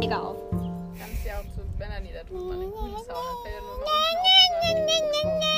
mega auf. Kannst ja auch zu Bänder niederdrücken, an den Grünsaum. Dann fällt er nur noch unten auf. und sagt,